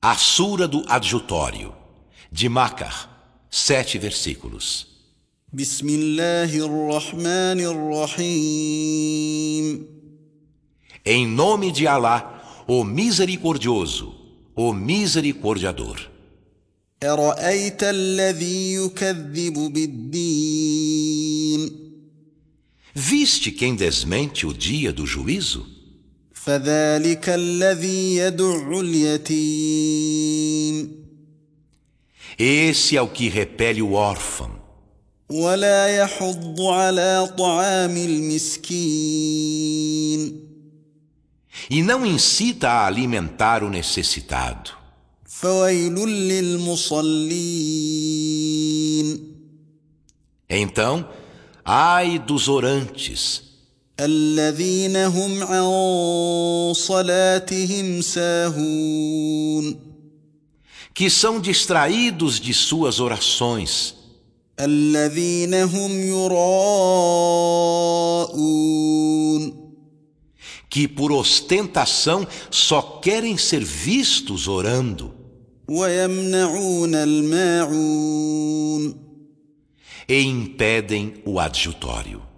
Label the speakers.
Speaker 1: A Sura do Adjutório, de Macar, sete versículos.
Speaker 2: بسم الله الرحمن الرحيم
Speaker 1: Em nome de Alá, o Misericordioso, o Misericordiador.
Speaker 2: أرأيت الذي يكذب بالدين
Speaker 1: Viste quem desmente o dia do juízo?
Speaker 2: فذلك الذي يدع اليتيم
Speaker 1: Esse é o que repele o órfão
Speaker 2: ولا يحض على طعام المسكين
Speaker 1: e não incita a alimentar o necessitado.
Speaker 2: فويل للمصلين
Speaker 1: Então, ai dos orantes,
Speaker 2: الذين هم عن صلاتهم ساهون
Speaker 1: que são distraídos de suas orações,
Speaker 2: الذين هم يراءون
Speaker 1: que por ostentação só querem ser vistos orando,
Speaker 2: ويمنعون الماعون
Speaker 1: e impedem o adjutório.